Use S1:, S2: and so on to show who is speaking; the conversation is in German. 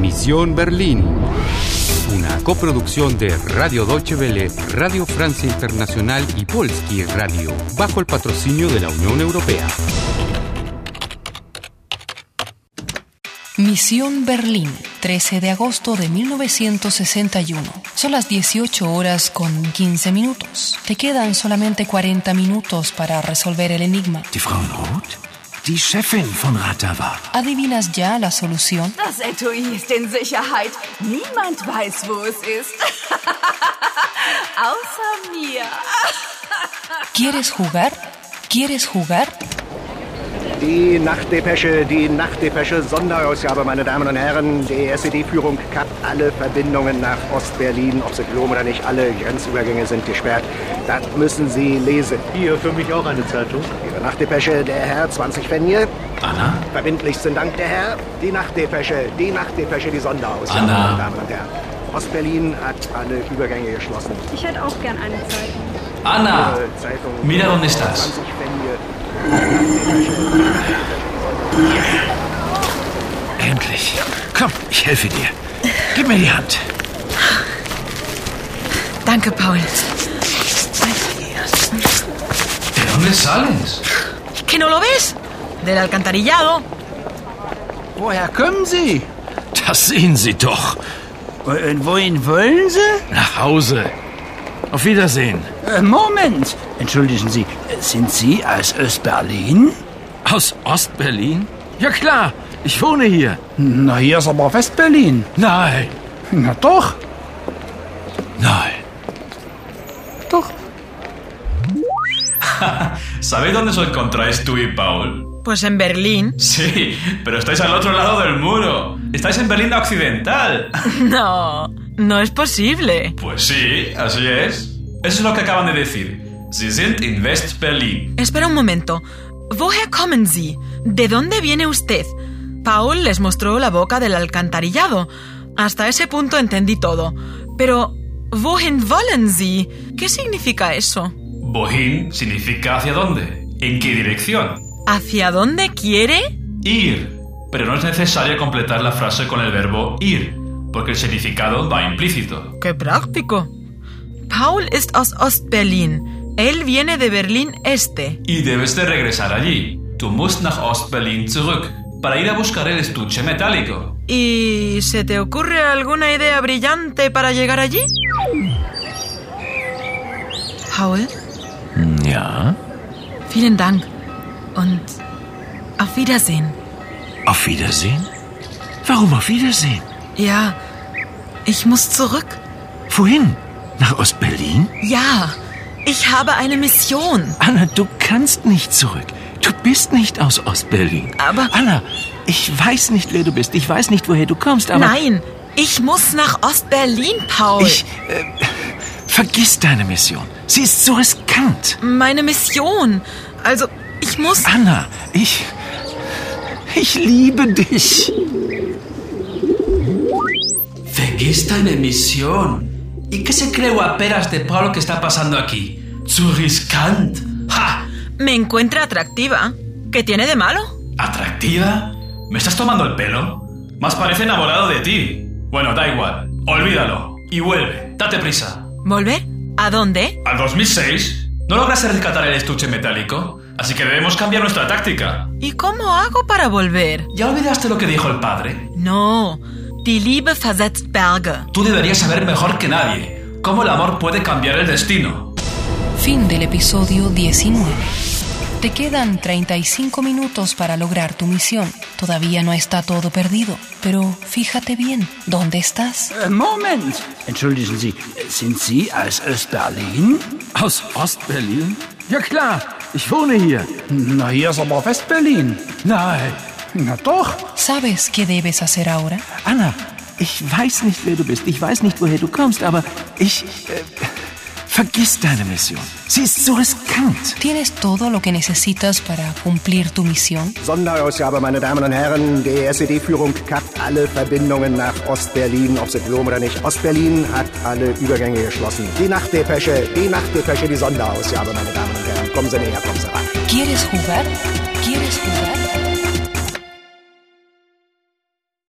S1: Misión Berlín. Una coproducción de Radio Deutsche Welle, Radio Francia Internacional y Polski Radio, bajo el patrocinio de la Unión Europea.
S2: Misión Berlín, 13 de agosto de 1961. Son las 18 horas con 15 minutos. Te quedan solamente 40 minutos para resolver el enigma.
S3: Die Frau in Rot? Die Chefin von Ratava.
S2: ¿Adivinas ya la solución?
S4: Das Etui ist in Sicherheit. Niemand weiß, wo es ist. Außer mir.
S2: ¿Quieres jugar? ¿Quieres jugar?
S5: Die Nachtdepesche, die Nachtdepesche, Sonderausgabe, meine Damen und Herren. Die SED-Führung kappt alle Verbindungen nach Ostberlin, ob sie glauben oder nicht. Alle Grenzübergänge sind gesperrt. Das müssen Sie lesen.
S6: Hier, für mich auch eine Zeitung.
S5: Ihre Nachtdepesche, der Herr, 20 Fenje.
S3: Anna?
S5: Verbindlichsten Dank, der Herr. Die Nachtdepesche, die Nachtdepesche, die Sonderausgabe,
S3: Anna.
S5: meine Damen und Herren. Ostberlin hat alle Übergänge geschlossen.
S7: Ich hätte auch gern eine Zeitung.
S3: Anna!
S5: Ihre Zeitung,
S3: Mira dónde estás.
S5: 20 Fenje.
S3: Endlich. Komm, ich helfe dir. Gib mir die Hand.
S8: Danke, Paul.
S3: ¿De dónde sales?
S8: ¿Que no lo ves? Del alcantarillado.
S6: Woher Äh, kommen Sie?
S3: Das sehen Sie doch.
S6: Und äh, wohin wollen Sie?
S3: Nach Hause. Auf Wiedersehen.
S6: Äh, Moment. Entschuldigen Sie, äh, sind Sie aus Ostberlin?
S3: Aus Ostberlin? Ja klar, ich wohne hier.
S6: Na, hier ist aber Westberlin.
S3: Nein,
S6: Na doch.
S3: nein.
S6: Doch.
S9: ¿Sabéis dónde os encontráis tú y Paul?
S8: Pues en Berlín.
S9: Sí, pero estáis al otro lado del muro. Estáis en Berlín Occidental.
S8: No, no es posible.
S9: Pues sí, así es. Eso es lo que acaban de decir. Sie sind in West-Berlin.
S8: Espera un momento. Woher kommen Sie? ¿De dónde viene usted? Paul les mostró la boca del alcantarillado. Hasta ese punto entendí todo. Pero, ¿wohin wollen Sie? ¿Qué significa eso?
S9: Bohin significa hacia dónde, en qué dirección.
S8: ¿Hacia dónde quiere?
S9: Ir. Pero no es necesario completar la frase con el verbo ir, porque el significado va implícito.
S8: ¡Qué práctico! Paul ist aus Ostberlin. Él viene de Berlín Este.
S9: Y debes de regresar allí. Du musst nach Ost-Berlin zurück, para ir a buscar el estuche metálico.
S8: ¿Y se te ocurre alguna idea brillante para llegar allí? Paul,
S3: Ja,
S8: vielen Dank und auf Wiedersehen.
S3: auf Wiedersehen? Warum auf Wiedersehen?
S8: Ja, ich muss zurück.
S3: Wohin? Nach Ostberlin?
S8: Ja, ich habe eine Mission.
S3: Anna, du kannst nicht zurück. Du bist nicht aus Ostberlin.
S8: Aber-
S3: Anna, ich weiß nicht, wer du bist. Ich weiß nicht, woher du kommst, aber.
S8: Nein, ich muss nach Ostberlin, Paul.
S3: Ich. Äh, vergiss deine Mission. Sie ist so riskant.
S8: Meine Mission. Also, ich muss...
S3: Anna, ich. Ich liebe dich.
S9: Vergiss deine Mission. ¿Y qué se cree guaperas de Pablo que está pasando aquí? Zu riskant. ¡Ja!
S8: Me encuentra atractiva. ¿Qué tiene de malo?
S9: ¿Atractiva? ¿Me estás tomando el pelo? Más parece enamorado de ti. Bueno, da igual. Olvídalo. Y vuelve. Date prisa.
S8: ¿Volver? ¿A dónde?
S9: Al 2006 no lograste rescatar el estuche metálico, así que debemos cambiar nuestra táctica.
S8: ¿Y cómo hago para volver?
S9: ¿Ya olvidaste lo que dijo el padre?
S8: No, die Liebe versetzt Berge.
S9: Tú deberías saber mejor que nadie cómo el amor puede cambiar el destino.
S2: Fin del episodio 19. Te quedan 35 minutos para lograr tu misión. Todavía no está todo perdido, pero fíjate bien, ¿dónde estás?
S6: Äh, Moment. Entschuldigen Sie, äh, sind Sie aus Ostberlin?
S3: Aus Ostberlin? Ja klar, ich wohne hier.
S6: Na, hier ist aber Westberlin.
S3: Nein,
S6: Na doch.
S2: ¿Sabes qué debes hacer ahora?
S3: Anna, ich weiß nicht, wer du bist. Ich weiß nicht, woher du kommst, aber ich. Äh, vergiss deine Mission. Sie ist so riskant.
S2: ¿Tienes todo lo que necesitas para cumplir tu misión?
S5: Sonderausgabe, meine Damen und Herren. Die SED-Führung kappt alle Verbindungen nach Ostberlin, ob sie glauben oder nicht. Ostberlin hat alle Übergänge geschlossen. Die Nachtdepesche, die Nachtdepesche, die Sonderausgabe, meine Damen und Herren. Kommen Sie näher, kommen Sie ran.
S2: ¿Quieres jugar? ¿Quieres jugar?